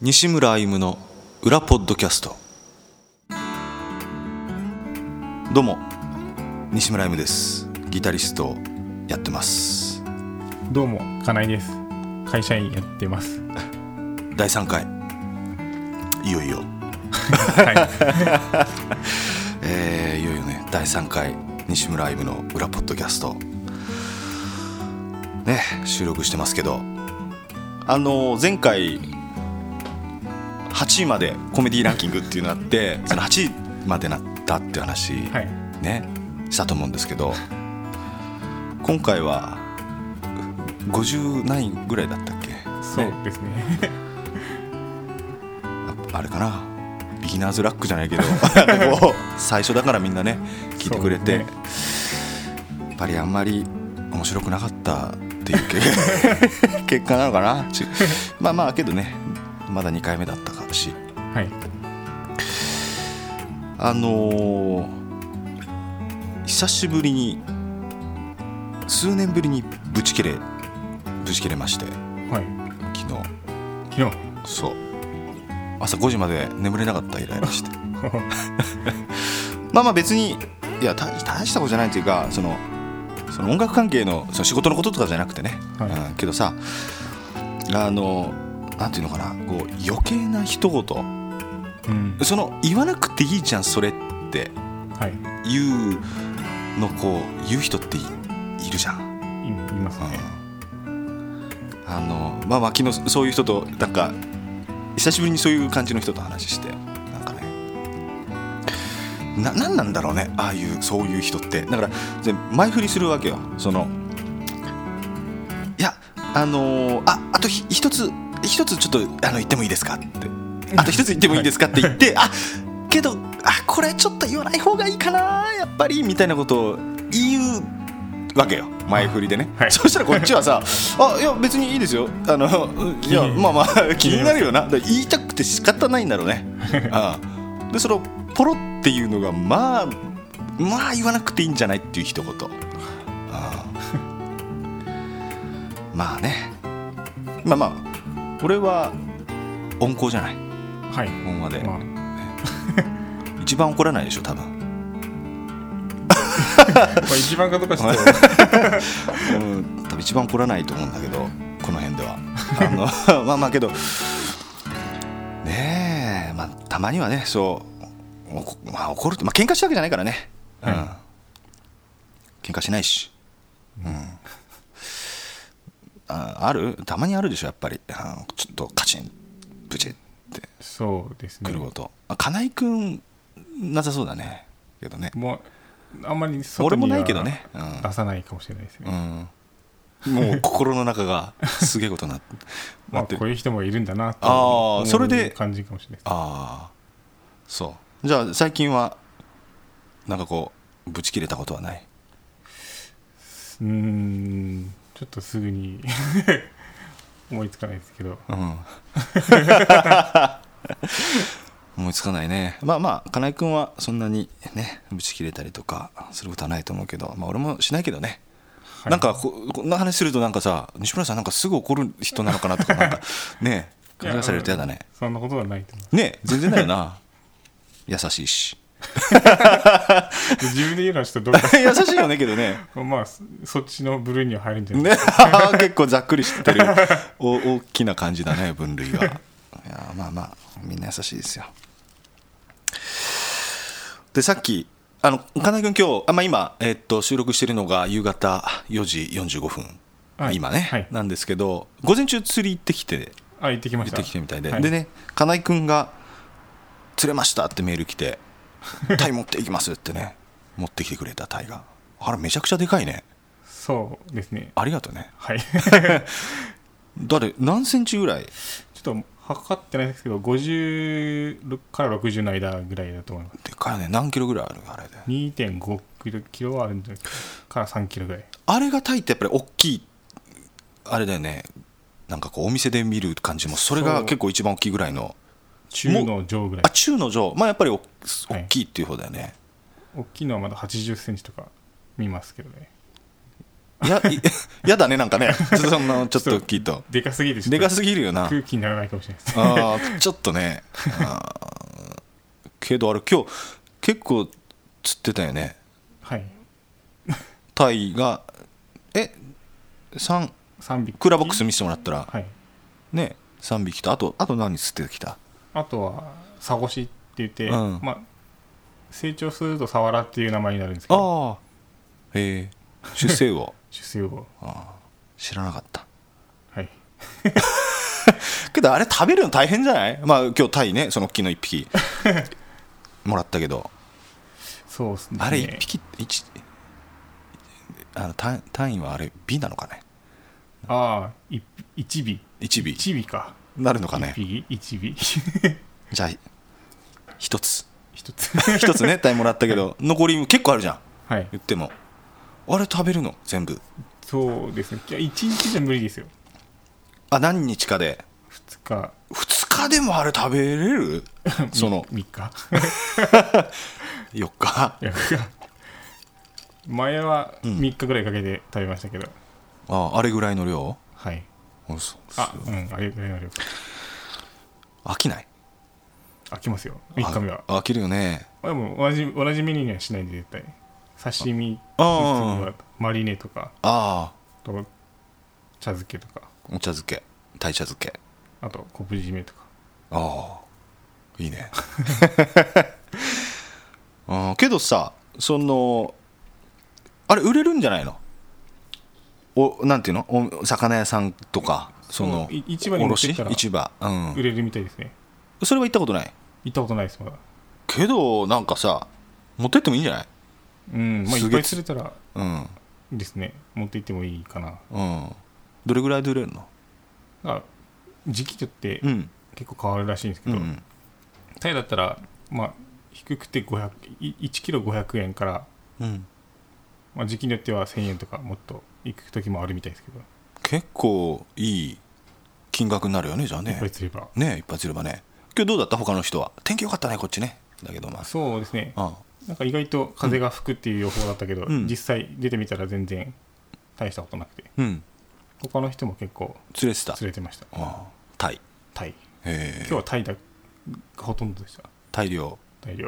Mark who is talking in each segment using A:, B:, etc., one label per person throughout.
A: 西村歩夢の裏ポッドキャストどうも西村歩夢ですギタリストやってます
B: どうも、金井です。会社員やってます。
A: 第3回いよいよ、
B: はい。
A: えーいよいよね第3回西村歩夢の裏ポッドキャストね収録してますけどあの前回8位までコメディランキングっていうのあってその8位までなったって話、
B: はい。
A: ねしたと思うんですけど今回は50何位ぐらいだったっけ
B: そう
A: ね
B: ですね。
A: ああれかなビギナーズラックじゃないけどこう最初だからみんなね聞いてくれて、
B: そうね
A: やっぱりあんまり面白くなかったっていう結果結果なのかなちまあまあけどねまだ2回目だったかし
B: はい。
A: あのー久しぶりに数年ぶりにぶち切れぶち切れまして
B: はい。
A: 昨日
B: 昨日。
A: そう朝5時まで眠れなかったイライラして まあまあ別にいや大大したことじゃないというかそのその音楽関係のその仕事のこととかじゃなくてね、
B: はい
A: うんけどさあのなんていうのかなこう余計な一言
B: うん。
A: その言わなくていいじゃんそれって
B: はい。
A: 言うのこう言う人っていいるじゃん、
B: い言いますね。
A: あのまあまあ昨日そういう人となんか久しぶりにそういう感じの人と話してなんかねな何なんだろうねああいうそういう人ってだからで前振りするわけよそのいやあのーああとひ一つ一つちょっとあの言ってもいいですかってあと一つ言ってもいいですかって言 って、あけどあこれちょっと言わない方がいいかなやっぱりみたいなことを言うわけよ前振りでね、
B: はい
A: そしたらこっちは さ「あいや別にいいですよあのいや
B: いい
A: まあまあ気になるよな」だから言いたくて仕方ないんだろう ねああでそのポロっていうのがまあまあ言わなくていいんじゃないっていう一言 ああまあねまあまあ俺は温厚じゃない
B: はい。
A: 本話で、
B: ま
A: 一番怒らないでしょ多分、
B: あ、これ一番かとかして、
A: うん、多分一番怒らないと思うんだけどこの辺ではあの まあまあけどねえ、まあ、たまにはねそうおこまあ、怒るって、まあ喧嘩したわけじゃないからね、うん
B: は
A: 喧嘩しないし、うん、ああるたまにあるでしょやっぱりあちょっとカチンブチって
B: そうです
A: く
B: ね
A: る。こと、あ金井君なさそうだねけどね
B: もう、あんまり
A: 俺
B: 外に
A: も
B: は
A: ないけどね、うん
B: 出さないかもしれないですね。
A: うん、もう 心の中がすげえことになって
B: ま
A: な
B: あ、
A: って
B: こ
A: る
B: ういう人もいるんだなと
A: あー
B: 思う
A: それで
B: 感じかもしれないで
A: ああそうじゃあ最近はなんかこうぶち切れたことはない
B: す。うーん。ちょっとすぐに 思いつかないですけど。
A: うん思いつかないねまあまあ金井君はそんなにねぶち切れたりとかすることはないと思うけど、まあ、俺もしないけどね
B: はい
A: なんかここんな話するとなんかさ西村さんなんかすぐ怒る人なのかなとかなんかね考 えされると嫌だね
B: そんなことはないと思う。
A: ね全然だよ な優しいし
B: で自分で言うのはちょっとどうか
A: 優しいよねけどね
B: まあそそっちの部類には入るんじゃない
A: ね 結構ざっくりしてるお大きな感じだね分類がいやまあまあみんな優しいですよでさっきあの金井君今日あ、まあ、今、えっと収録してるのが夕方4時45分、
B: はい
A: 今ね、
B: はい
A: なんですけど午前中釣り行ってきて
B: あ行ってきまし
A: 行ったてきてみたいで、
B: は
A: でね金井君が「釣れました」ってメール来て「タイ持っていきます」ってね持ってきてくれたタイがあれめちゃくちゃでかいね
B: そうですね
A: ありがとうね
B: はい ち
A: 誰何センチぐらい
B: ょっと測ってないですけど50から60の間ぐらいだと思います
A: でかいよね何キロぐらいあるあれで
B: 2.5キロキロはあるんじゃないですかから3キロぐらい
A: あれがタイってやっぱり大きいあれだよねなんかこうお店で見る感じもそれが
B: そう
A: 結構一番大きいぐらいの
B: 中の上ぐらい
A: あ中の上まあやっぱりお
B: はい
A: 大きいっていう方だよね、
B: 大きいのはまだ80センチとか見ますけどね
A: やいや だねなんかねそんなちょっと聞いた
B: でかすぎてちょっと
A: でかすぎるよな
B: 空気にならないかもしれないです
A: あーちょっとねあーけどあれ今日結構釣ってたよね
B: はい
A: タイがえ三
B: 3匹
A: クーラーボックス見せてもらったら
B: はい
A: ね3匹とあとあと何釣ってきた
B: あとはサゴシって言って、
A: うん
B: まあ成長するとサワラっていう名前になるんですけど
A: ああえー、出世魚
B: 出世を
A: 知らなかった
B: はい
A: けどあれ食べるの大変じゃないまあ今日タイねその大きいの1匹 もらったけど
B: そうですね
A: あれ1匹一あの単単位はあれ尾なのかね
B: ああ1尾
A: 1
B: 1尾か
A: 尾なるのかね
B: 1尾1尾
A: じゃあ1つ
B: 一つ
A: 1つねタイもらったけど 残り結構あるじゃん
B: はい
A: 言ってもあれ食べるの全部
B: そうですねいや1日じゃ無理ですよ
A: あ何日かで
B: 2日
A: 2日でもあれ食べれ るその
B: 3日
A: 4日
B: いや前は3日ぐらいかけて食べましたけど、
A: ああれぐらいの量
B: はい
A: あそう
B: あうんあれぐらいの量
A: 飽きない
B: 飽きますよ3日目は
A: あ飽きるよね
B: でも同じ同じメニューにはしないんで絶対刺身
A: あ
B: いつもはマリネとか
A: あ
B: あと茶漬けとか
A: あお茶漬け鯛茶漬け
B: あと昆布締めとか
A: ああいいね あーけどさそのあれ売れるんじゃないのおなんていうのお魚屋さんとかその
B: そうい市場に持って
A: 卸
B: ったら
A: 市場う
B: 売
A: ん
B: れるみたいですね
A: それは行ったことない
B: 行ったことないですまだ
A: けどなんかさ持ってってもいいんじゃない
B: うんまあい
A: す
B: っ
A: げ
B: ぱ
A: え
B: い釣れたら
A: うん
B: ですね持って行ってもいいかな
A: うんどれぐらいで売れるの
B: あ時期によって
A: うん
B: 結構変わるらしいんですけ
A: う
B: ど、
A: ん
B: タイだったらまあ低くて500い1キロ500円から、
A: うん
B: まあ、時期によっては1000円とかもっと行く時もあるみたいですけど
A: 結構いい金額になるよねじゃあ
B: いっぱい
A: ね
B: 釣れば
A: ね一発すればね今日どうだった他の人は天気良かったねこっちねだけどまあ
B: そうですね
A: あ
B: なんか意外と風が吹くっていう予報だったけど、
A: うん
B: 実際出てみたら全然大したことなくて
A: うん
B: 他の人も結構
A: 釣れてた
B: 釣れてました
A: あタイ
B: タイ
A: え
B: 今日はタイだほとんどでした
A: 大量
B: 大量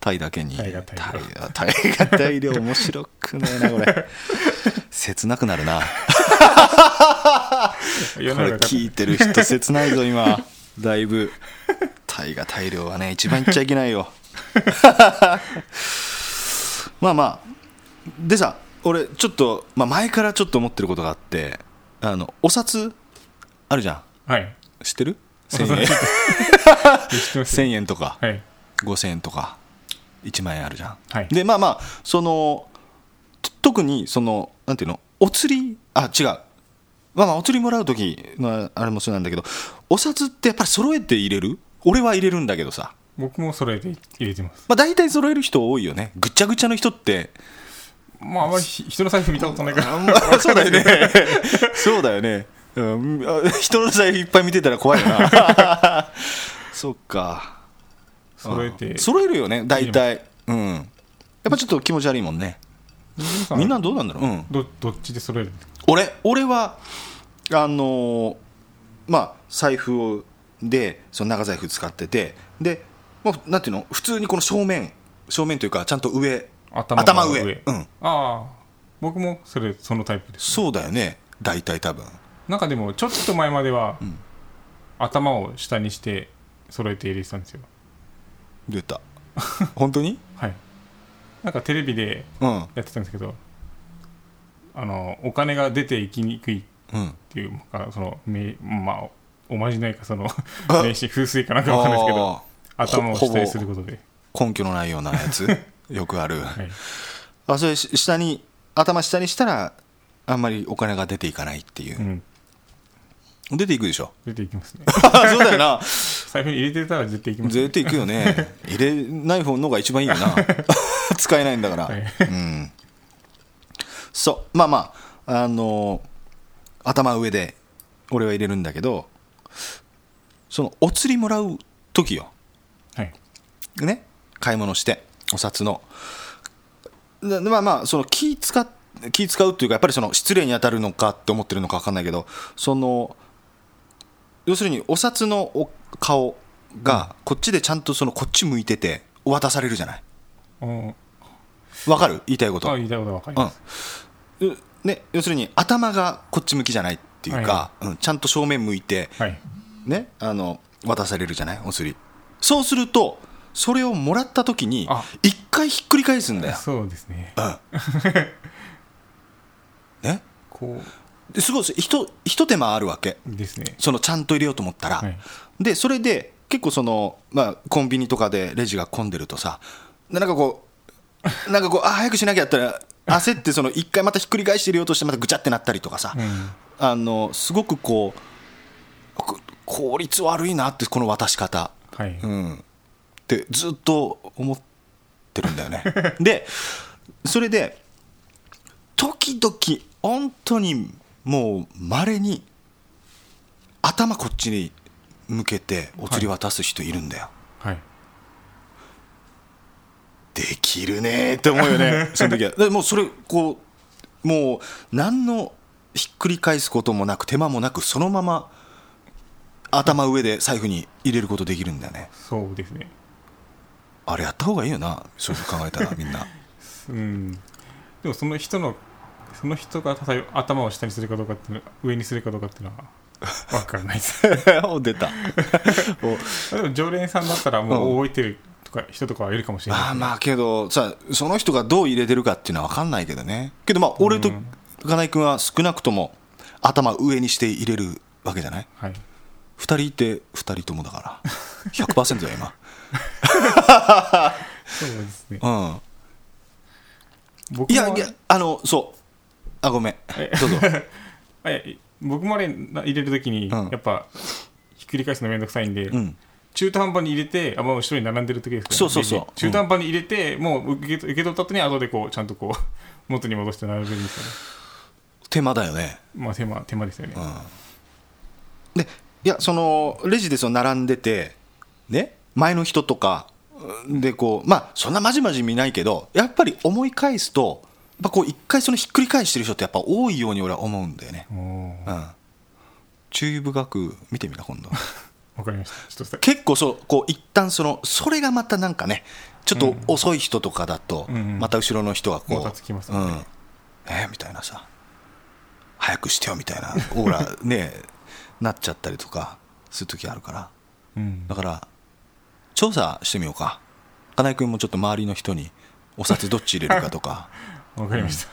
A: タイだけに
B: タイが大量
A: タイが 大量面白くねえなこれ切なくなるな
B: 世
A: こ
B: の
A: れ
B: 中
A: 聞いてる人切ないぞ今 だいぶ大河大量はね一番言っちゃいけない よまあまあでさ俺ちょっと、まあ、前からちょっと思ってることがあってあのお札あるじゃん
B: はい
A: 知ってる1000円
B: 知ってます
A: 1000円とか
B: はい
A: 5000円とか1万円あるじゃん、
B: はい
A: でまあまあそのと特にそのなんていうのお釣りあ違うまあまあお釣りもらう時のあれもそうなんだけどお札ってやっぱり揃えて入れる俺は入れるんだけどさ、
B: 僕も揃えて入れてます
A: まあ、大体揃える人多いよねぐっちゃぐちゃの人って
B: まああまりひ人の財布見たことないから
A: あんまそうだよねそうだよね、うん、あ人の財布いっぱい見てたら怖いよなそっか
B: 揃えて
A: うん揃えるよね大体うんやっぱちょっと気持ち悪いもんね
B: 水野さ
A: みんなどうなんだろう、うん、
B: どどっちで揃えるんですか
A: 俺俺はあのーまあ財布をでその長財布使っててで、まあ、なんていうの普通にこの正面正面というかちゃんと上
B: 頭
A: 頭
B: が
A: 上
B: 上
A: うん
B: ああ僕もそれそのタイプです
A: そうだよね大体多分
B: なんかでもちょっと前までは、頭を下にして揃えて入れてたんですよ
A: 出 た本当に
B: はいなんかテレビで
A: うん
B: やってたんですけどあのお金が出ていきにくいっ
A: うん
B: ていうかそのめまあおまじないかその
A: あ
B: 名刺風水かなんかわかんないですけど
A: あー
B: 頭を
A: ほ
B: 下にすることで、
A: ほぼ根拠のないようなや つよくある、
B: はい、
A: あそれし下に頭下にしたらあんまりお金が出ていかないっていう
B: う、ん、
A: 出ていくで しょ
B: 出ていきますね
A: そうだよな
B: 財布に入れてたら出ていきます
A: 絶対行くよ ね入れない方のが一番いいよな 使えないんだから、
B: はい
A: うんそうまあまああの頭上で俺は入れるんだけどそのお釣りもらう時よ
B: はい
A: ね買い物してお札のででまあまあその気使気使うっていうかやっぱりその失礼に当たるのかって思ってるのか分かんないけどその要するにお札のお顔がこっちでちゃんとそのこっち向いてて渡されるじゃない
B: うん、あ
A: わかる言いたいこと、
B: 言いたいことは分かります、
A: うんね、要するに頭がこっち向きじゃないっていうか、うん、ちゃんと正面向いて、
B: はい
A: ね、あの渡されるじゃないお釣りそうするとそれをもらった時に
B: あ
A: 一回ひっくり返すんだよ、
B: そうですね
A: うん、ね
B: こ
A: ですごいひとひと手間あるわけ
B: うですね
A: そのちゃんと入れようと思ったら、
B: はい
A: でそれで結構その、まあ、コンビニとかでレジが混んでるとさななんかこうなんかこうあ早くしなきゃって焦ってその一回またひっくり返して入れようとしてまたぐちゃってなったりとかさ、
B: うん
A: あのすごくこうこ効率悪いなってこの渡し方、
B: はい、
A: うん、ってずっと思ってるんだ よねでそれで時々本当にもうまれに頭こっちに向けてお釣り渡す人いるんだよ、
B: はい
A: できるねーって思うよね その時はでもうそれこうもう何のひっくり返すこともなく手間もなくそのまま頭上で財布に入れることできるんだよね
B: そうですね
A: あれやった方がいいよなそういうの考えたらみんな
B: うんでもその人のその人が例えば頭を下にするかどうかっていうの上にするかどうかっていうのは分からないです
A: お出たお
B: でも常連さんだったらもう覚えてるとか人とかはいるかもしれない
A: まあ
B: ですね
A: まあけどさその人がどう入れてるかっていうのは分かんないけどねけどまあ俺と
B: うん
A: 金井君は少なくとも頭上にして入れるわけじゃない
B: はい
A: 2人いて2人ともだから100%だよ今
B: そうですね
A: うん
B: 僕
A: い
B: も
A: やいやあのそうあごめんどう ぞ
B: あいやい僕もあれな入れるときに、
A: うん
B: やっぱひっくり返すのめんどくさいんで、
A: うん
B: 中途半端に入れてあ、まあ、後ろに並んでる時ですから、
A: そうそうそう
B: レジ中途半端に入れて、もう受け受け取った後に後でこうちゃ んとこう元に戻して並べるんですよね
A: 手間だよね
B: まあ手間手間ですよね、
A: でいやそのレジでその並んでてね前の人とかでこうまあそんなまじまじ見ないけどやっぱり思い返すとやっぱこう一回そのひっくり返してる人ってやっぱ多いように俺は思うんだよね
B: おー
A: うん注意深く見てみな今度
B: わかりましたちょっとさ
A: 結構そうこう一旦そのそれがまたなんかねちょっと遅い人とかだと、
B: うんうん
A: また後ろの人がこう、
B: もたつきます
A: う
B: よ
A: ん
B: ね、
A: えみたいなさ早くしてよみたいなオーラ ねなっちゃったりとかする時あるから
B: うん
A: だから調査してみようか金井君もちょっと周りの人にお札どっち入れるかとか
B: わかりました、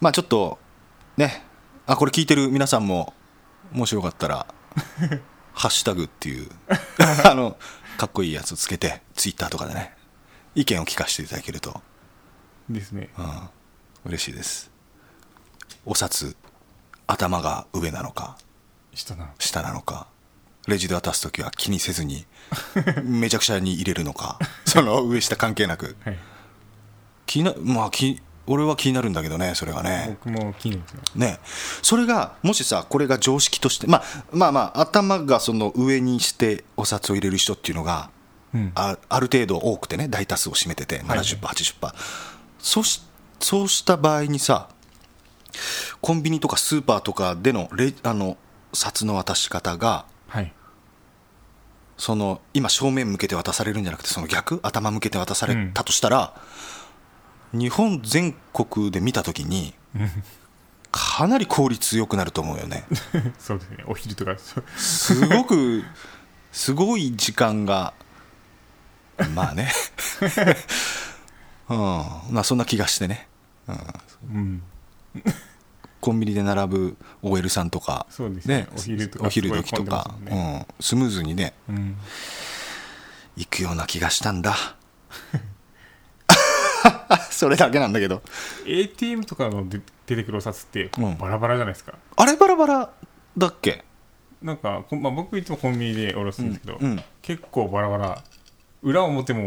A: まあちょっとねあこれ聞いてる皆さんももしよかったら「ハッシュタグ」っていうあのかっこいいやつをつけてツイッターとかでね意見を聞かせていただけると
B: ですね
A: うん、嬉しいですお札頭が上なのか
B: 人なの
A: 下なのかレジで渡す時は気にせずにめちゃくちゃに入れるのかその上下関係なく
B: はい
A: 気になまあ気俺は気になるんだけどねそれがね
B: 僕も気になってます
A: ねそれがもしさこれが常識として、まあ、まあまあ頭がその上にしてお札を入れる人っていうのが
B: うん
A: あある程度多くてね大多数を占めてて
B: はい
A: 70%、80%そうしそうした場合にさコンビニとかスーパーとかでのレあの札の渡し方が
B: はい
A: その今正面向けて渡されるんじゃなくてその逆頭向けて渡されたとしたら、日本全国で見た時にかなり効率よくなると思うよね
B: そうですねお昼とかそう
A: すご くすごい時間がまあね うんまあそんな気がしてね
B: うん
A: コンビニで並ぶ OL さんとか
B: そうですねお昼とか
A: お昼時とか
B: すごい混んでますもん
A: うん、スムーズにね
B: うん
A: 行くような気がしたんだ それだけなんだけど
B: ATM とかので出てくるお札って
A: うん
B: バラバラじゃないですか、
A: あれバラバラだっけ
B: なんか、こまあ、僕いつもコンビニでおろすんですけど、
A: うんうん
B: 結構バラバラ裏表も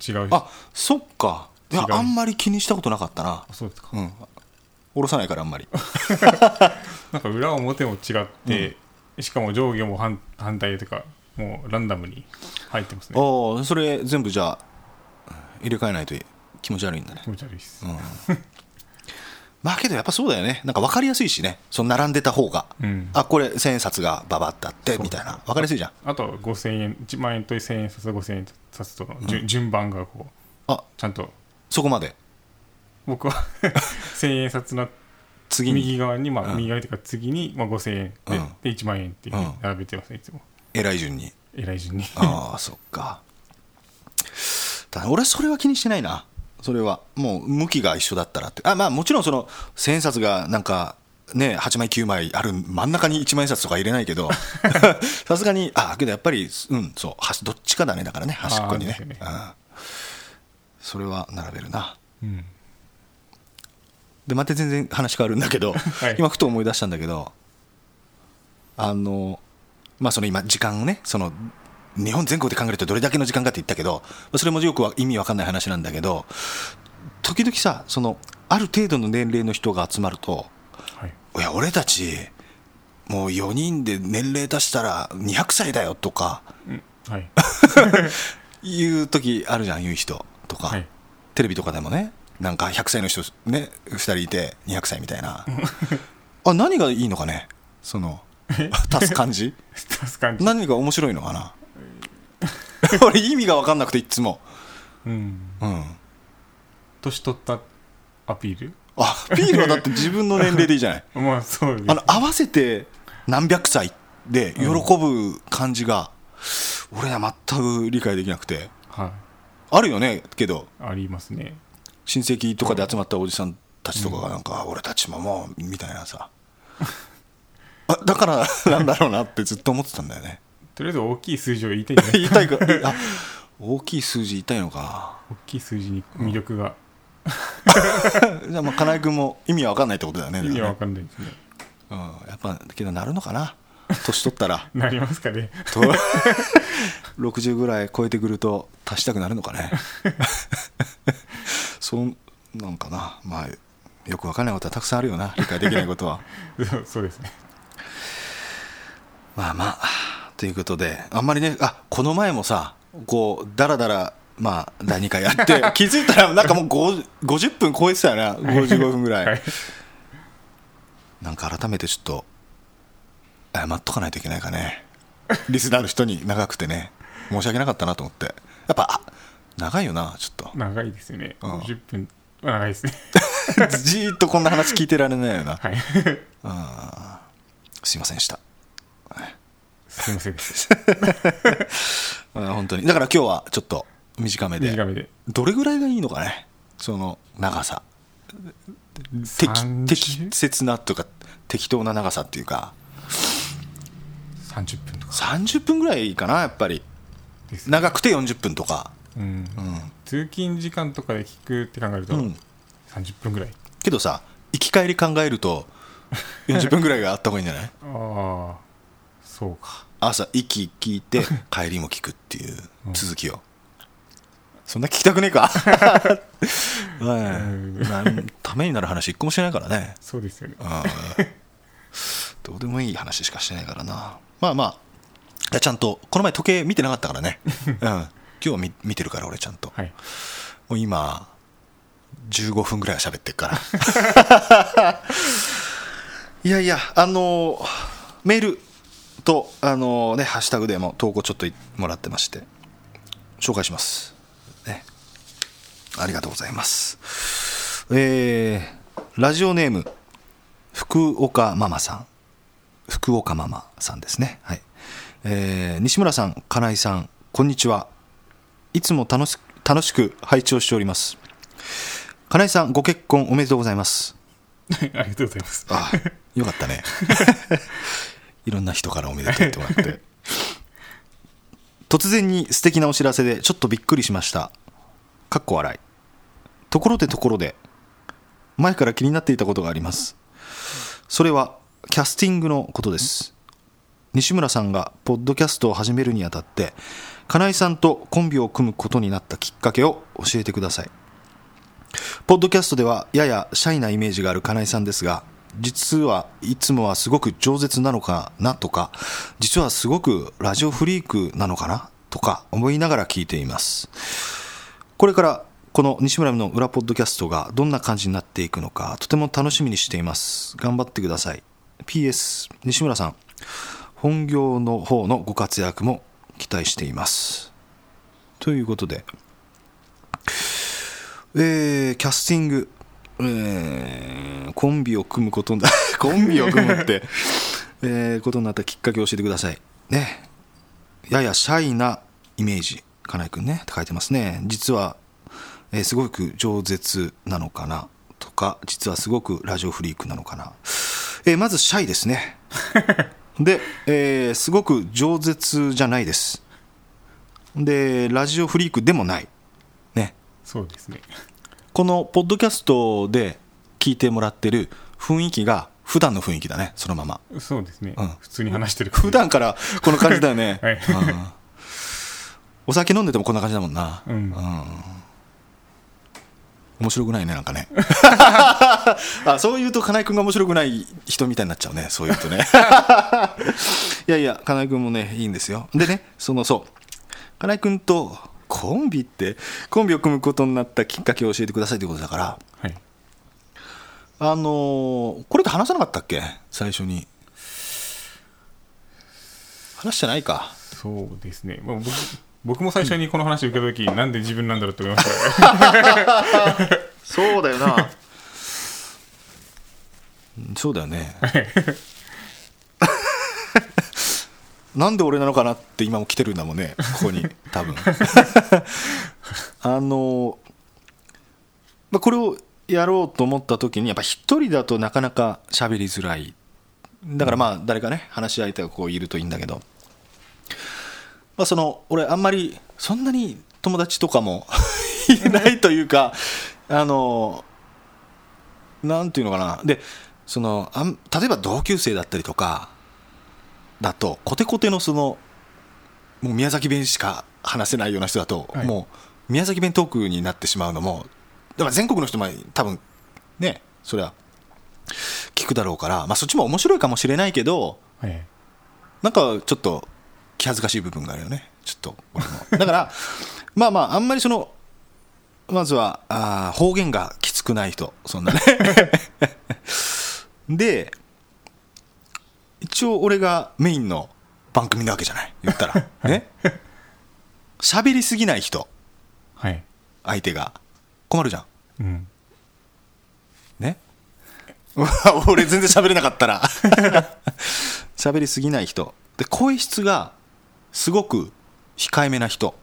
B: 違うし
A: あそっかいや
B: 違う
A: あんまり気にしたことなかったな
B: あそうですか、
A: うん下ろさないからあんま り
B: なんか裏表も違って、しかも上下も反反対とかもうランダムに入ってますね
A: おーそれ全部じゃあ入れ替えないと気持ち悪いんだね
B: 気持ち悪いです、
A: うんまあけどやっぱそうだよねなんか分かりやすいしねその並んでた方が、
B: うん
A: あこれ千円札がババってあってみたいな分かりやすいじゃん
B: あと5000円1万円と1000円札と5000円札との順,、順番がこう
A: あ
B: ちゃんと
A: そこまで
B: 僕は 1000円札の
A: 次に
B: 右側に、まあ
A: うん
B: 右側というか次に、まあ、5000円で,、
A: うん
B: で1万円っていうふうに
A: うん
B: 並べてますねいつも
A: 偉い順に
B: 偉い順に
A: ああそっかだから俺それは気にしてないなそれはもう向きが一緒だったらってあまあもちろんその千円札がなんかね8枚9枚ある真ん中に1万円札とか入れないけ どさすがにあけどやっぱりうんそう端どっちかだねだからね端っこにね
B: あ
A: う
B: ーですよね
A: ん、それは並べるな
B: うん
A: でまた全然話変わるんだけど、
B: い
A: 今ふと思い出したんだけどあのまあその今時間をねその日本全国で考えるとどれだけの時間かって言ったけどそれもよくわ意味わかんない話なんだけど時々さそのある程度の年齢の人が集まると
B: はい
A: いや俺たちもう4人で年齢足したら200歳だよとか
B: うんはい
A: いう時あるじゃん言う人とか、
B: はい
A: テレビとかでもねなんか100歳の人ね2人いて200歳みたいなあ何がいいのかねその足す感じ
B: 出す感じ
A: 何が面白いのかな俺意味が分かんなくていっつも
B: うん
A: うん
B: 年取ったアピール
A: あピールはだって自分の年齢でいいじゃない
B: まあそうです
A: あの合わせて何百歳で喜ぶ感じが、俺は全く理解できなくて
B: はい
A: あるよねけど
B: ありますね
A: 親戚とかで集まったおじさんたちとかがなんか、俺たちももうみたいなさあだから なんだろうなってずっと思ってたんだよ ね
B: とりあえず大きい数字を言いたいんじゃない
A: 言いたいかあ大きい数字言いたいのか
B: 大きい数字に魅力が
A: じゃあまあ金井君も意味は分かんないってことだよね
B: 意味は
A: だ
B: 分
A: か
B: かんないですね
A: らねうん、やっぱけどなるのかな年取った ら
B: なりますかね
A: と60ぐらい超えてくると足したくなるのかね そんなんかなまあよく分かんないことはたくさんあるよな理解できないことは。
B: そうそうですね
A: まあまあ、ということで、あんまりね、あこの前もさ、こう、だらだら、まあ、第2回や って、気づいたら、なんかもう50 50分超えてたよな、55分ぐらい。
B: はい、
A: なんか改めてちょっと、謝っとかないといけないかね、リスナーの人に長くてね、申し訳なかったなと思って、やっぱ、あ長いよな、ちょっと
B: 長いですよね
A: うん
B: 50分は長いですね
A: じーっとこんな話聞いてられないよな、
B: はい
A: すいませんでした。
B: すいませんでし
A: うん本当にだから今日はちょっと短め
B: た
A: で
B: 短めで
A: どれぐらいがいいのかねその長さ適
B: 30
A: 適切なというか適当な長さっていうか
B: 30分とか
A: 30分ぐらいかなやっぱり
B: です
A: 長くて40分とか、
B: うん
A: うん
B: 通勤時間とかで聞くって考えると
A: うん
B: 30分ぐらい
A: けどさ行き帰り考えると40分ぐらいがあった方がいいん じゃない
B: ああそうか
A: 朝息聞い て帰りも聞くっていう続きを、そんな聞きたくねえか、 はい、なんためになる話一個もしてないからね
B: そうですよね
A: うんどうでもいい話しかしてないからなまあまあいやちゃんとこの前時計見てなかったからね、うん、今日は見見てるから俺ちゃんと
B: はい
A: もう今15分ぐらいは喋ってるから いやいやあのメールとあのねハッシュタグでも投稿ちょっともらってまして紹介します、ね、ありがとうございますえーラジオネーム福岡ママさん福岡ママさんですねはい、えー西村さん金井さんこんにちはいつも楽し楽しく拝聴しております金井さんご結婚おめでとうございます
B: ありがとうございます
A: ああよか ったねいろんな人からおめでとうってもらって突然に素敵なお知らせでちょっとびっくりしましたかっこ笑いところでところで前から気になっていたことがありますそれはキャスティングのことです西村さんがポッドキャストを始めるにあたって金井さんとコンビを組むことになったきっかけを教えてくださいポッドキャストではややシャイなイメージがある金井さんですが実はいつもはすごく饒舌なのかなとか実はすごくラジオフリークなのかなとか思いながら聞いていますこれからこの西村の裏ポッドキャストがどんな感じになっていくのかとても楽しみにしています頑張ってください PS 西村さん本業の方のご活躍も期待していますということでえーキャスティング、えーコンビを組むことにな コンビを組むって、えーことになったきっかけを教えてくださいねややシャイなイメージ金井君ねって書いてますね実は、えーすごく饒舌なのかなとか実はすごくラジオフリークなのかな、えーまずシャイですねで、えーすごく饒舌じゃないですでラジオフリークでもないね
B: そうですね
A: このポッドキャストで聞いてもらってる雰囲気が普段の雰囲気だねそのまま
B: そうですね、
A: うん
B: 普通に話してる
A: 普段からこの感じだよね、
B: はい
A: うんお酒飲んでてもこんな感じだもんな、
B: うん
A: 面白くないねなんか ね あそう言うと金井君が面白くない人みたいになっちゃうねそう言うと ねいやいや金井君もねいいんですよでねそのそう金井君とコンビってコンビを組むことになったきっかけを教えてくださいということだから
B: はい
A: あのーこれって話さなかったっけ最初に話してないか
B: そうですね、まあ、僕僕も最初にこの話を受けた時、なんで自分なんだろうと思いました
A: そうだよなそうだよ ねなんで俺なのかなって今も来てるんだもんねここに多 分あのまあこれをやろうと思った時にやっぱ一人だとなかなか喋りづらいだからまあ誰かね話し相手がこういるといいんだけどまあ、その俺あんまりそんなに友達とかも いないというかあのなんていうのかなでそのあん例えば同級生だったりとかだとコテコテのそのもう宮崎弁しか話せないような人だと、
B: はい
A: もう宮崎弁トークになってしまうのもだから全国の人も多分ねそれは聞くだろうから、まあ、そっちも面白いかもしれないけど
B: はい
A: なんかちょっと気恥ずかしい部分があるよね、ちょっと俺も。だから、 まあまあ、あんまりその、まずはあー方言がきつくない人、そんなね。 で、一応俺がメインの番組なわけじゃない、言ったら。ね。喋りすぎない人、
B: はい
A: 相手が。困るじゃん。
B: うん
A: ね 俺全然喋れなかったら 喋りすぎない人で声質がすごく控えめな人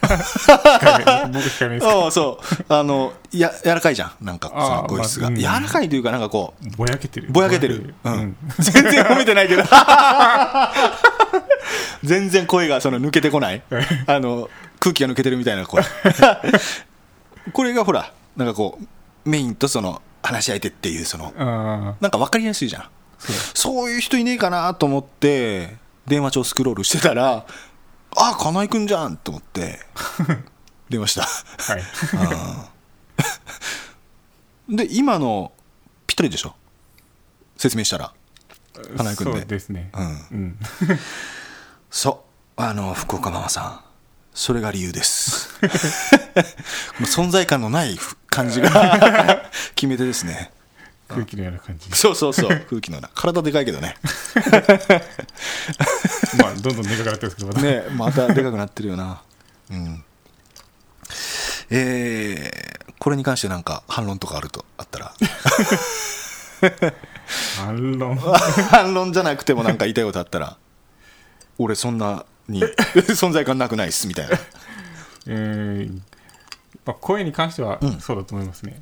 B: 控えめ僕控えめですか
A: ああそう あのや柔らかいじゃんなんかそ
B: あ
A: の
B: あ
A: 声質が、
B: まあうん
A: 柔らかいというかなんかこう
B: ぼやけてる
A: ぼやけてる、う
B: ぼ
A: ん
B: やけて
A: 全
B: る
A: 然褒めてないけど 全然声がその抜けてこ ないあの空気が抜けてるみたいな声これがほらなんかこうメインとその話し相手っていうその
B: うんああ
A: なんか分かりやすいじゃん
B: そう
A: そういう人いねえかなと思って電話帳スクロールしてたら あ金井君じゃんと思って 電話した
B: はい
A: で今のぴったりでしょ説明したら花井君で
B: そうですね
A: うん
B: うん
A: そうあの福岡ママさんそれが理由です もう存在感のない感じ が決め手ですね
B: 空気のような感じ
A: そうそうそう 空気のな体でかいけどね
B: まあどんどんでかくなってるんですけどまだ
A: ね またでかくなってるよなうんえーこれに関してなんか反論とかあるとあ ったら
B: 反論
A: 反論じゃなくてもなんか言いたいことあったら俺そんな に存在感なくないっすみたいな
B: うんまあ声に関しては
A: うん
B: そうだと思いますね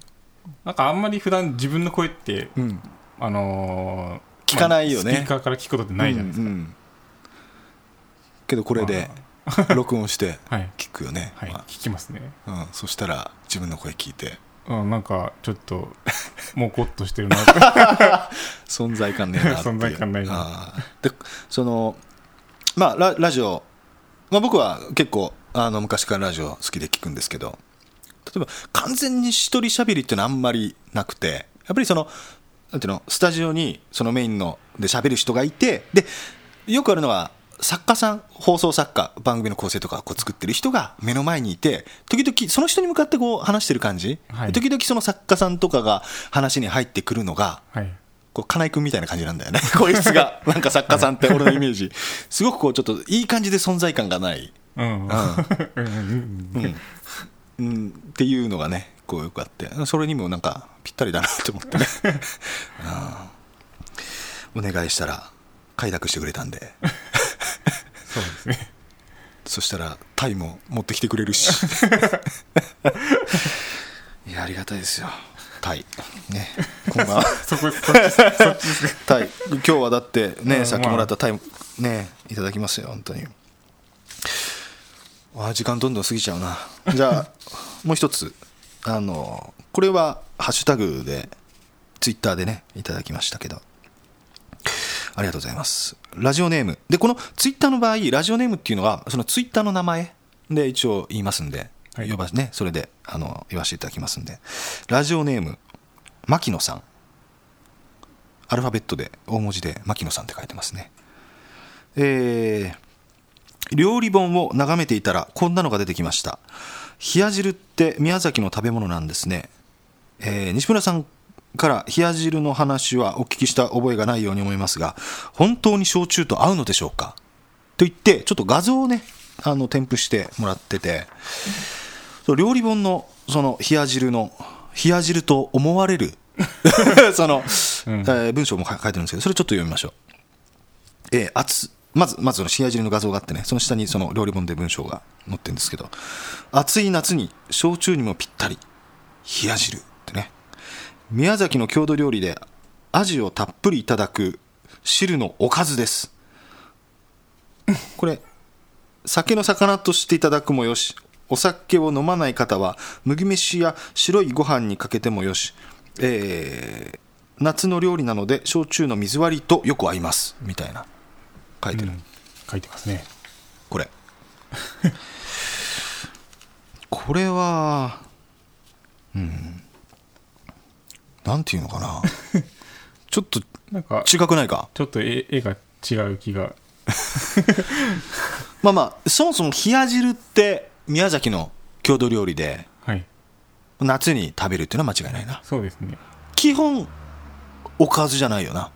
B: なんかあんまり普段自分の声って
A: うん
B: あのー
A: 聞かないよね
B: まあスピーカーから聞くことってないじゃないです
A: うんうんけどこれで録音して
B: かはい
A: 聞くよね、
B: はい
A: ま
B: 聞きますね
A: あうん、そしたら自分の声聞いて
B: うん、なんかちょっと もこっとしてるな と
A: 存在感ねえなっていう
B: 存在感ないな
A: あーでそのまあララジオ、まあ、僕は結構あの昔からラジオ好きで聞くんですけど例えば完全に一人喋りっていうのはあんまりなくてやっぱりそのなんていうのスタジオにそのメインので喋る人がいてでよくあるのは作家さん放送作家番組の構成とかこう作ってる人が目の前にいて時々その人に向かってこう話してる感じ、
B: はい
A: 時々その作家さんとかが話に入ってくるのが
B: はい
A: こう金井君みたいな感じなんだよね こいつがなんか作家さんって俺のイメージすごくこうちょっといい感じで存在感がない、
B: うんうんうんうん
A: うん、っていうのがねこうよくあってそれにもなんかぴったりだなと思ってね、うんお願いしたら快諾してくれたんで
B: そうですね
A: そしたらタイも持ってきてくれるし いやありがたいですよタイねこんばんは
B: そこそっちそっちですね
A: タイ今日はだってね、
B: うん
A: さっきもらったタイねいただきますよ本当にあ時間どんどん過ぎちゃう なじゃあもう一つあのこれはハッシュタグでツイッターでねいただきましたけどありがとうございますラジオネームでこのツイッターの場合ラジオネームっていうのはそのツイッターの名前で一応言いますんで、
B: はい
A: 呼ばねそれであの言わせていただきますんでラジオネーム牧野さんアルファベットで大文字で牧野さんって書いてますねえー、料理本を眺めていたらこんなのが出てきました冷や汁って宮崎の食べ物なんですね、えー西村さんから冷や汁の話はお聞きした覚えがないように思いますが本当に焼酎と合うのでしょうかと言ってちょっと画像をねあの添付してもらっててそう料理本のその冷や汁の冷や汁と思われるその、
B: ん
A: えー文章も書いてるんですけどそれちょっと読みましょうえー熱まずまずその冷や汁の画像があってねその下にその料理本で文章が載ってるんですけど暑い夏に焼酎にもぴったり冷や汁ってね宮崎の郷土料理でアジをたっぷりいただく汁のおかずですこれ酒の魚としていただくもよしお酒を飲まない方は麦飯や白いご飯にかけてもよし、えー夏の料理なので焼酎の水割りとよく合いますみたいな書いて
B: う
A: る、
B: ん書いてますね
A: これ これはうんなんていうのかなちょっと
B: なんかち
A: 違くないか
B: ょっと絵絵が違う気が
A: まあまあそもそも冷や汁って宮崎の郷土料理で
B: はい
A: 夏に食べるっていうのは間違いないな
B: そうですね
A: 基本おかずじゃないよな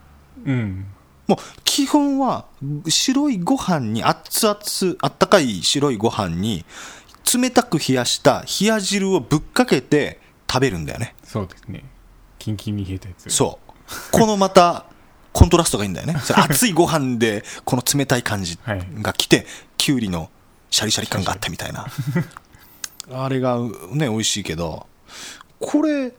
B: うん
A: もう基本は白いご飯に熱々あったかい白いご飯に冷たく冷やした冷や汁をぶっかけて食べるんだよね
B: そうですねキンキンに冷えたやつ
A: そうこのまたコントラストがいいんだよ ねそれ熱いご飯でこの冷たい感じ
B: はい
A: が来てきゅうりのシャリシャリ感があったみたいな あれがね美味しいけどこれ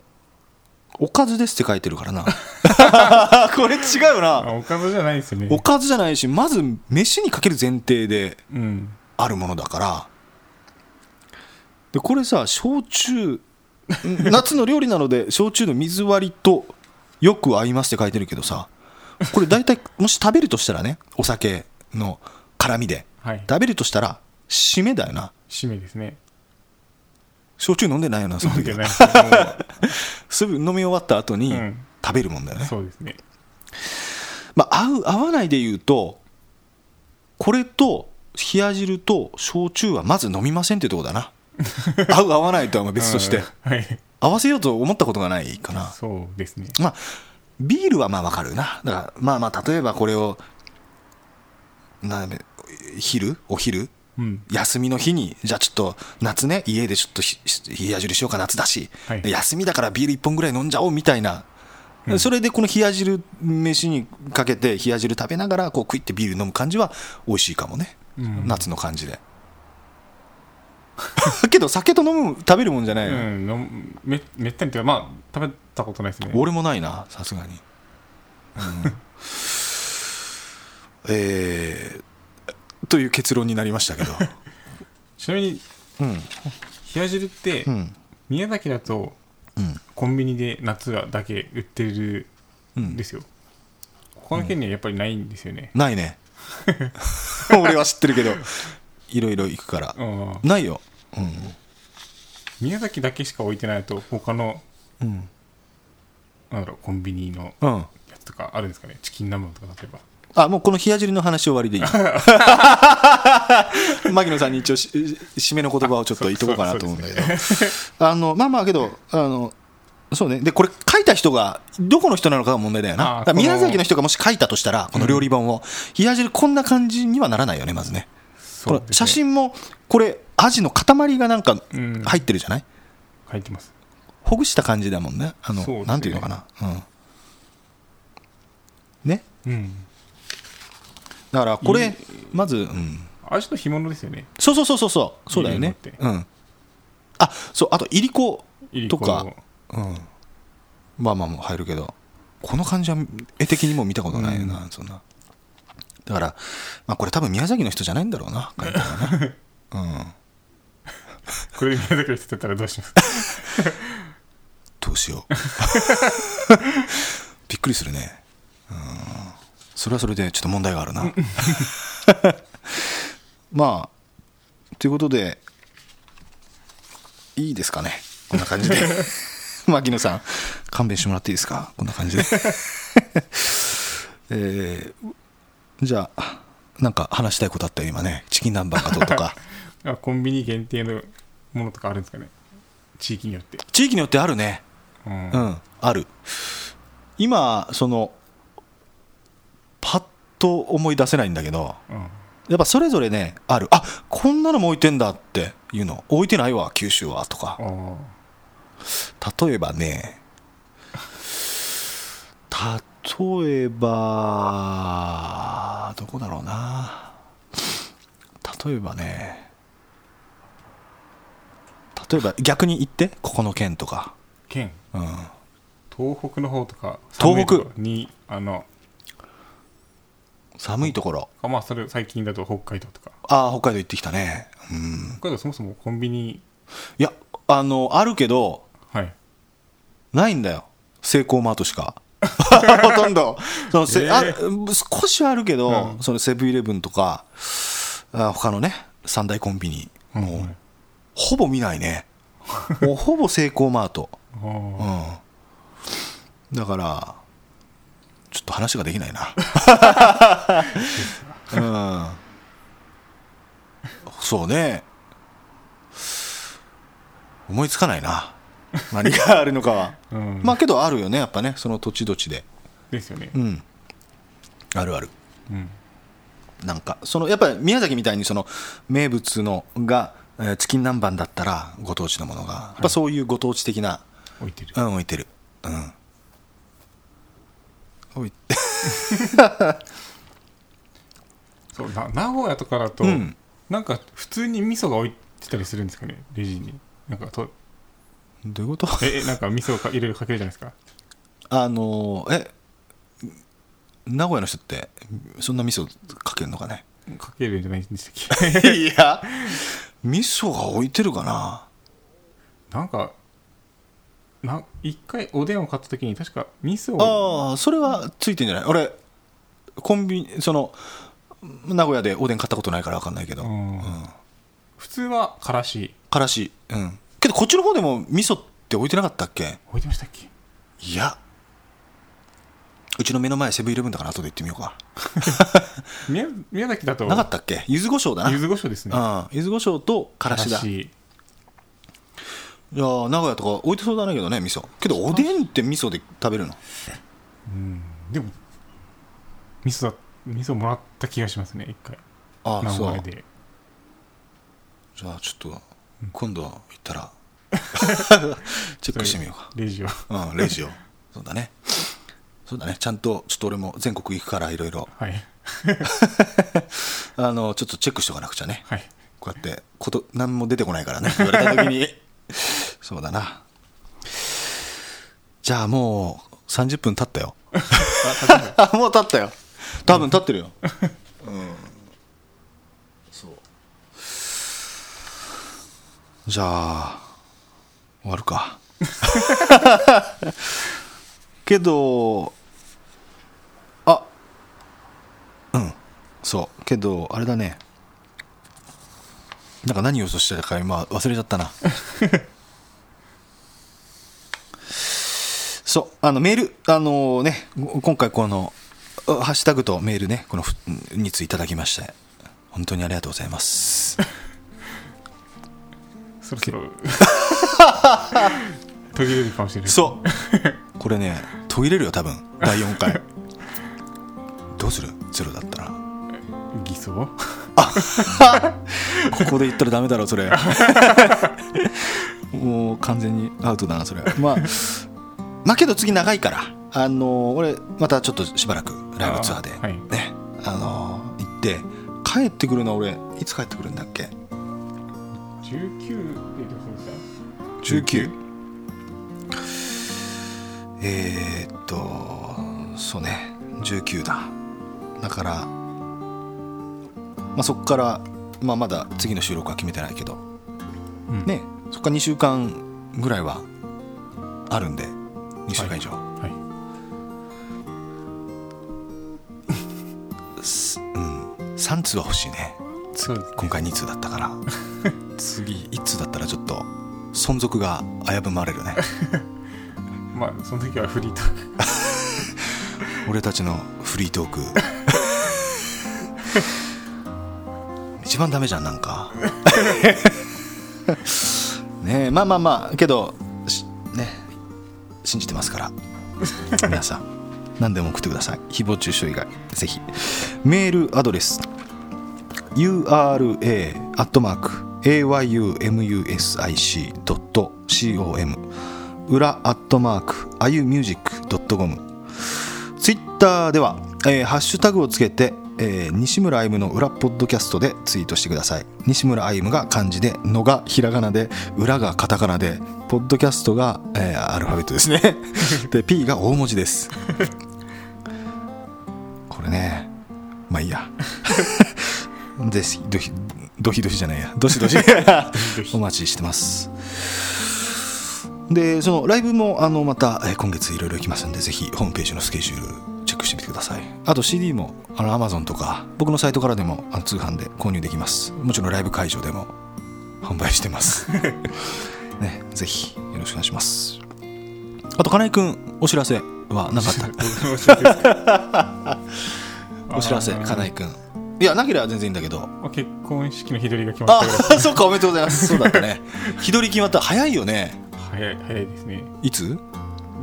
A: おかずですって書いてるからな これ違う な
B: あおかずじゃないですよね
A: おかずじゃないしまず飯にかける前提で
B: うん
A: あるものだからでこれさ焼酎 ん夏の料理なので焼酎の水割りとよく合いますって書いてるけどさこれ大体もし食べるとしたらねお酒の辛みで
B: はい
A: 食べるとしたら締めだよな
B: 締めですね
A: 焼酎飲んでないよなその
B: 飲ん
A: 時
B: でないですけ
A: すぐ飲み終わった後に
B: うん
A: 食べるもんだよね
B: ど、そうですね
A: まあ、合う合わないで言うとこれと冷や汁と焼酎はまず飲みませんってとこだ な合う合わないとはまあ別として
B: うんはい
A: 合わせようと思ったことがないかな
B: そうですね
A: まあビールはまあわかるなだからまあまあ例えばこれをな昼お昼
B: うん
A: 休みの日にじゃあちょっと夏ね家でちょっとひひ冷や汁しようか夏だし、
B: はい
A: で休みだからビール1本ぐらい飲んじゃおうみたいな、それでこの冷や汁飯にかけて冷や汁食べながらこう食いってビール飲む感じは美味しいかもね、
B: うん
A: 夏の感じで けど酒と飲む食べるもんじゃな
B: う
A: いよ、
B: んのめめったにというかまあ食べたことないですね
A: 俺もないなさすがに、うんえーという結論になりましたけど
B: ちなみに
A: うん
B: 冷や汁って
A: うん
B: 宮崎だと
A: うん
B: コンビニで夏はだけ売ってる
A: うん
B: んですよ他の県にはやっぱりないんですよね
A: ないね俺は知ってるけどいろいろ行くから
B: うん
A: ないよう
B: 宮崎だけしか置いてないと他の
A: んうん
B: なんだろうコンビニの
A: うん
B: やつとかあるんですかねチキン南蛮とか例えば
A: あもうこの冷や汁の話終わ りでいい牧野さんに一応し締めの言葉をちょっと言っとこうかなと思うんだけど、あのまあまあけどあのそうねでこれ書いた人がどこの人なのかが問題だよな
B: あ
A: だから
B: この
A: 宮崎の人がもし書いたとしたらこの料理本を、冷や汁こんな感じにはならないよねまずね
B: そ
A: こ
B: う
A: の
B: です
A: 写
B: ね
A: 真もこれアジの塊がなんか
B: うん
A: 入ってるじゃない、
B: 書いてます
A: ほぐした感じだもんねあの
B: そうですね
A: なんていうのかなうんね
B: うん
A: だからこれ
B: いい
A: まず、うん、
B: 味と干物ですよね
A: そうそうそうそうそうそうだよね
B: いりこ
A: うんあそうあといりこ、
B: いり
A: と
B: こ
A: かうん、まあまあもう入るけどこの感じは絵的にも見たことないよな、そんなだから、まあ、これ多分宮崎の人じゃないんだろうな書いてあるのねうん
B: これで宮崎の人だったらどうし ます
A: どうしよう びっくりするねうんそれはそれでちょっと問題があるな まあということでいいですかねこんな感じで 牧野さん勘弁してもらっていいですかこんな感じで えーじゃあなんか話したいことあったよ今ねチキン南蛮がどうとか
B: あコンビニ限定のものとかあるんですかね地域によって
A: 地域によってあるね
B: うん
A: うん、ある今そのパッと思い出せないんだけど
B: うん
A: やっぱそれぞれねあるあこんなのも置いてんだっていうの置いてないわ九州はとか
B: あー
A: 例えばね例えばどこだろうな例えばね例えば逆に言ってここの県とか、
B: 県
A: うん、
B: 東北の方とか
A: 東北
B: 寒いとこにあの
A: 寒いところ
B: あまあそれ最近だと北海道とか
A: ああ北海道行ってきたねうん
B: 北海道そもそもコンビニ
A: いやあのあるけど
B: はい
A: ないんだよセイコーマートしか ほとんどそのせ、
B: え
A: あ少しはあるけど、
B: うん
A: そのセブンイレブンとかあ他のね三大コンビニ
B: うん
A: もう、ほぼ見ないねもうほぼセイコーマート、う
B: あ
A: ん、だからちょっと話ができない なうんそうね思いつかないな何があるのかは
B: ーうん
A: まあけどあるよねやっぱねその土地土地で
B: ですよね
A: うんあるある
B: うん
A: なんかそのやっぱり宮崎みたいにその名物のが、えーチキン南蛮だったらご当地のものがやっぱそういうご当地的な、
B: 置いてる
A: うん置いてるうん置いて
B: そうな名古屋とかだと、
A: うん
B: なんか普通に味噌が置いてたりするんですかねレジになんかと
A: どういうこと
B: ええなんか味噌かいろいろかけるじゃないですか
A: あのーえ名古屋の人ってそんな味噌かけるのかね
B: かけるんじゃないんでしたっけ
A: いや味噌が置いてるかな
B: なんかな一回おでんを買った時に確か味噌を
A: ああそれはついてんじゃない俺コンビニその名古屋でおでん買ったことないから分かんないけど、
B: うん
A: うん
B: 普通はからし
A: からしうんけどこっちの方でも味噌って置いてなかったっけ
B: 置いてましたっけ
A: いやうちの目の前セブンイレブンだから後で行ってみようか
B: 宮宮崎だと
A: なかったっけ柚子胡椒だな
B: 柚子胡椒ですね
A: うん柚子胡椒とからしだいやー名古屋とか置いてそうだねけどね味噌けどおでんって味噌で食べるの
B: うんでも味噌だ味噌もらった気がしますね一回
A: ああ
B: 名
A: そ
B: 古
A: う
B: 屋で
A: じゃあちょっと今度行った らチェックしてみようか
B: レジを
A: うん、レジを。そうだね。そうだね。ちゃんと、ちょっと俺も全国行くから、いろいろ。
B: はい
A: あの、ちょっとチェックしとかなくちゃね。
B: はい
A: こうやって、こと、何も出てこない からね。言われた時に。そうだな。じゃあもう、30分経ったよ。あ、 もう経ったよ。多分経ってるよ。うん。そう。じゃあ、終わるか。 けど、あ、うん、そう。けど、あれだね。なんか何をそしてたか今忘れちゃったな。そう、あのメール、あのね、ご今回この、あハッシュタグとメールねこのふ2通いただきまして本当にありがとうございます
B: そろそろ途切れるかもしれない
A: そうこれね途切れるよ多分第4回どうするゼロだったら
B: 偽装
A: ここで言ったらダメだろそれ もう完全にアウトだなそれまあまあけど次長いからあの俺またちょっとしばらくライブツアーで
B: あーはい
A: ねあの行って帰ってくるのは俺いつ帰ってくるんだっけ
B: 19でそうですか
A: 19えー、っとそうね19だだから、まあ、そこから、まあ、まだ次の収録は決めてないけど、
B: うん
A: ねそこから2週間ぐらいはあるんで2週間以上、
B: はい
A: 3通は欲しいね
B: そうですね
A: 今回2通だったから 次1通だったらちょっと存続が危ぶまれるね
B: まあその時はフリー トーク
A: 俺たちのフリートーク一番ダメじゃんなんか ねえまあまあまあけどしね信じてますから皆さん何でも送ってください誹謗中傷以外ぜひメールアドレス ura.ayumusic.com 裏アットマーク ayumusic.com ツイッターでは、えーハッシュタグをつけて、えー西村アイムの裏ポッドキャストでツイートしてください西村アイムが漢字でのがひらがなで裏がカタカナでポッドキャストが、えーアルファベットですねで P が大文字ですこれねまあいいやぜひどひどひどひじゃないやどしどしお待ちしてますでそのライブもあのまたえー今月いろいろ行きますんでぜひホームページのスケジュールチェックしてみてくださいあと CD もあの Amazon とか僕のサイトからでもあの通販で購入できますもちろんライブ会場でも販売してます ねぜひよろしくお願いしますあと金井くんお知らせはなか ったお知らせ金井くんいやなければ全然いいんだけど
B: あ結婚式の日取りが決まったぐらい
A: あ そうかおめでとうございますそうだったね日取り決まった早いよね
B: 早い早いですね
A: いつ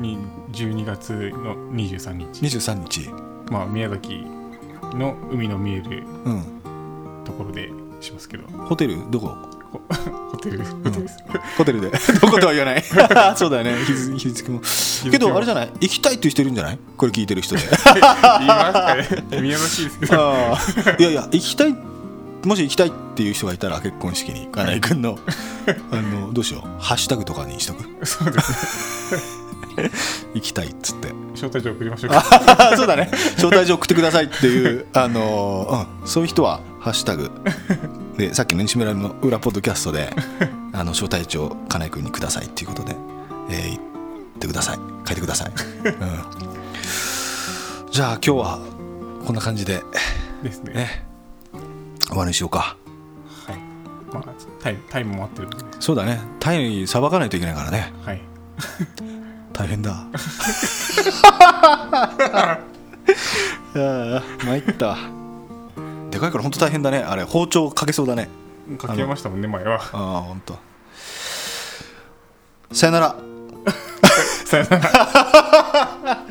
B: に12月の23日、
A: 23日
B: まあ、宮崎の海の見える
A: うん
B: ところでしますけど
A: ホテルどこ
B: ホホテルホ テルです、
A: ホテルで どことは言わない そうだよね日付日付も
B: も
A: けどあれじゃない行きたいっていう人いるんじゃないこれ聞いてる人 で
B: 言いますかね宮崎ですけど
A: あ あいやいや行きたいもし行きたいっていう人がいたら結婚式に金井君 のあのどうしようハッシュタグとかにしとく
B: そうですね
A: 行きたいっつって
B: 招待状送りましょうか
A: あ そうだね招待状送ってくださいっていう、あのーうん、そういう人は「ハッシュタグ」でさっきの西村の裏ポッドキャスト であの招待状金井君にくださいっていうことで、えー言ってください書いてください、うん、じゃあ今日はこんな感じで
B: ですね
A: ね終わりにしようか
B: はいまあタイタイムも合ってるので
A: そうだねタイさばかないといけないからね
B: はい
A: 大変だああ参ったでかいから本当大変だねあれ包丁かけそうだね
B: かけましたもんね前は
A: ああ 本当さよなら
B: さよなら